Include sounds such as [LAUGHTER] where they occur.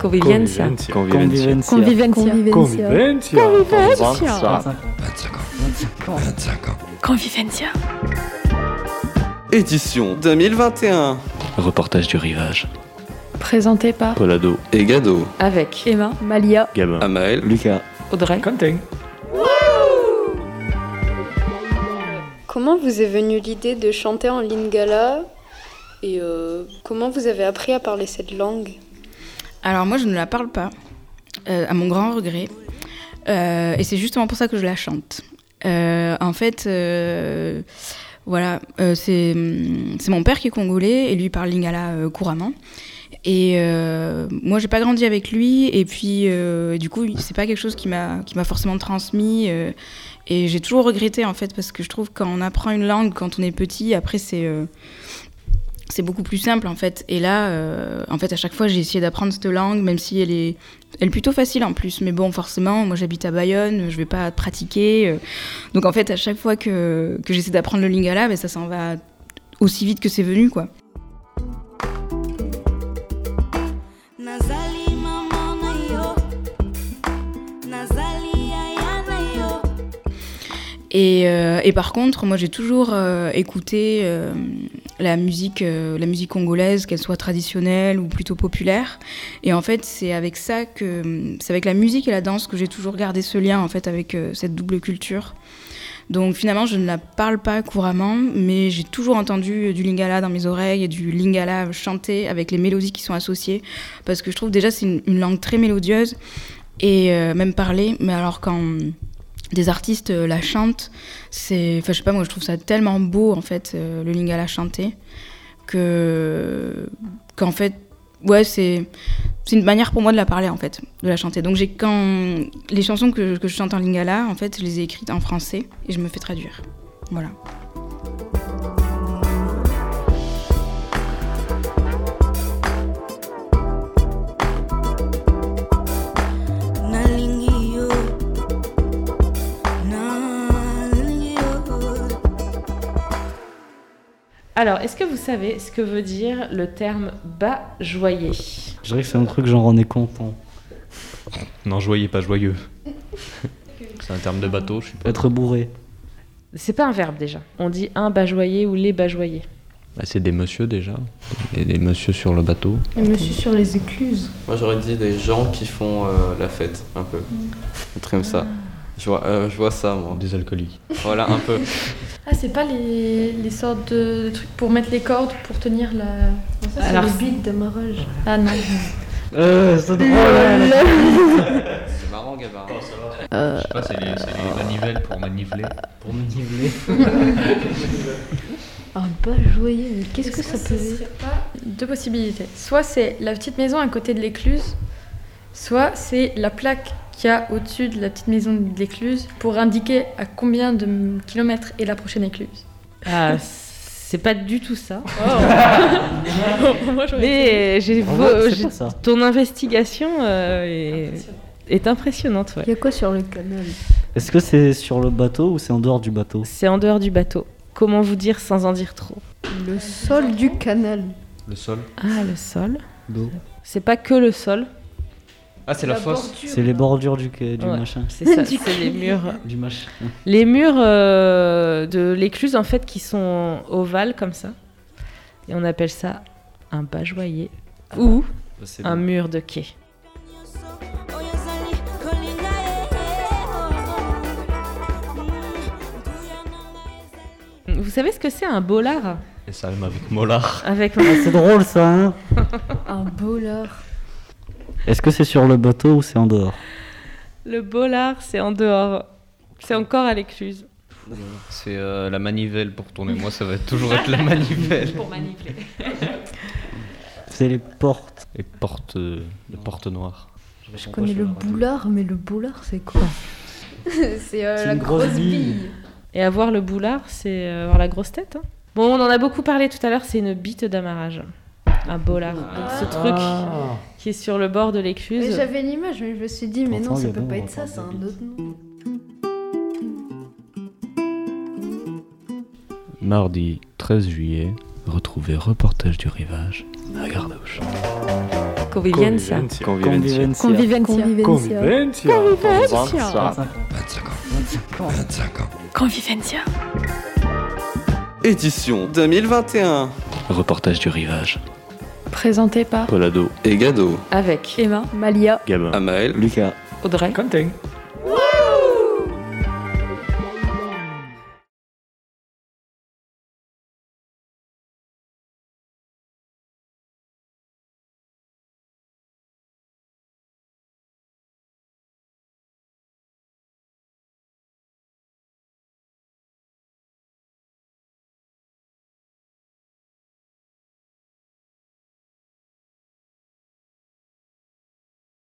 Convivencia. Convivencia. Convivencia. Convivencia. Convivencia. 25 ans. 25 ans. Convivencia. Édition 2021. Reportage du rivage. Présenté par Polado. Et Gado. Avec Emma, Malia, Gabin. Amael. Lucas. Audrey. Conting. Comment vous est venue l'idée de chanter en lingala et euh, comment vous avez appris à parler cette langue Alors moi, je ne la parle pas, euh, à mon grand regret. Euh, et c'est justement pour ça que je la chante. Euh, en fait, euh, voilà, euh, c'est c'est mon père qui est congolais et lui parle lingala euh, couramment. Et euh, moi, j'ai pas grandi avec lui, et puis euh, du coup, c'est pas quelque chose qui m'a qui m'a forcément transmis. euh, et j'ai toujours regretté en fait, parce que je trouve quand on apprend une langue quand on est petit, après c'est euh, c'est beaucoup plus simple en fait. Et là, euh, en fait, à chaque fois, j'ai essayé d'apprendre cette langue, même si elle est, elle est plutôt facile en plus. Mais bon, forcément, moi j'habite à Bayonne, je vais pas pratiquer. euh. Donc en fait, à chaque fois que, que j'essaie d'apprendre le lingala, ben, ça s'en va aussi vite que c'est venu quoi. nazali mama na yo nazali yaya na yo Et, euh, et par contre, moi j'ai toujours euh, écouté euh, la musique, euh, la musique congolaise, qu'elle soit traditionnelle ou plutôt populaire. Et en fait, c'est avec ça que, c'est avec la musique et la danse que j'ai toujours gardé ce lien en fait avec euh, cette double culture. Donc finalement, je ne la parle pas couramment, mais j'ai toujours entendu du lingala dans mes oreilles et du lingala chanté avec les mélodies qui sont associées, parce que je trouve déjà c'est une, une langue très mélodieuse et euh, même parler. Mais alors quand des artistes euh, la chantent. C'est, enfin, je sais pas, moi, je trouve ça tellement beau en fait euh, le lingala chanté que qu'en fait, ouais, c'est c'est une manière pour moi de la parler en fait, de la chanter. Donc j'ai quand les chansons que, que je chante en lingala, en fait, je les ai écrites en français et je me fais traduire. Voilà. nalingi yo nalingi yo Alors, est-ce que vous savez ce que veut dire le terme bajoyer Je dirais que c'est un truc genre on est content. Non, joyeux, pas [LAUGHS] joyeux. C'est un terme de bateau, je suis pas. Être bourré. C'est pas un verbe déjà. On dit un bajoyer ou les bajoyers. Bah, c'est des messieurs déjà. Et des messieurs sur le bateau. et Monsieur sur les écluses. Moi j'aurais dit des gens qui font euh, la fête, un peu. Un truc comme ça. Je vois, euh, je vois ça moi. Des alcooliques. Voilà, un peu. Ah, c'est pas les, les sortes de, de trucs pour mettre les cordes, pour tenir la. Alors, les bites d'amarrage. Ah [LAUGHS] non. Euh, c'est drôle. C'est marrant, Gabin. Je sais pas, c'est les, c'est les manivelles pour maniveler. Pour me niveler. Ah, pas joyeux, mais qu'est-ce que ça peut ce serait pas Deux possibilités. Soit c'est la petite maison à côté de l'écluse, soit c'est la plaque qu'il y a au-dessus de la petite maison de l'écluse pour indiquer à combien de kilomètres est la prochaine écluse. Ah, c'est pas du tout ça. Oh. [LAUGHS] Moi, j'aurais dit- Mais j'ai En vrai, j'ai- C'est pas ça. ton investigation euh, est, est impressionnante. ouais. Il y a quoi sur le canal Est-ce que c'est sur le bateau ou c'est en dehors du bateau C'est en dehors du bateau. Comment vous dire sans en dire trop Le sol du canal. Le sol. Ah, le sol. L'eau. C'est pas que le sol. Ah, c'est la, fosse. C'est les bordures du, du Ouais. machin. C'est [LAUGHS] ça, c'est les murs. Du machin. Les murs euh, de l'écluse, en fait, qui sont ovales comme ça. Et on appelle ça un bajoyer ou Ah, C'est un mur de quai. nyonso oyo ezali kolinga oh, Mm, ye Vous savez ce que c'est un bolard Et ça même avec Mollard. Avec Ah, [LAUGHS] drôle ça, hein Un bolard. Est-ce que c'est sur le bateau ou c'est en dehors le bolard, c'est en dehors. C'est encore à l'écluse. C'est euh, la manivelle pour tourner. Moi, ça va toujours être la [LAUGHS] manivelle. Pour manipuler. C'est les portes. Les portes. euh, les portes noires. Je connais le boulard, mais le boulard, c'est quoi [LAUGHS] C'est euh, C'est la une grosse grosse bille. bille. Et avoir le boulard, c'est euh, avoir la grosse tête. hein. Bon, on en a beaucoup parlé tout à l'heure, c'est une bite d'amarrage. Un bolard. Donc, ce truc Ah. qui est sur le bord de Mais l'écluse. J'avais l'image, mais je me suis dit, mais non, Pourtant, il y ça a peut bon, pas on être ça, entend c'est un des autre nom. Mardi 13 juillet, retrouvez Reportage du rivage à Gardouche. Convivencia. Convivencia. Convivencia. Convivencia. Convivencia. 25 ans. 25 ans. 25 ans. Convivencia. Édition 2021. Reportage du rivage. Présenté par Polado. Et Gado. Avec Emma, Malia. Gabin. Amael. Lucas. Audrey. Conting.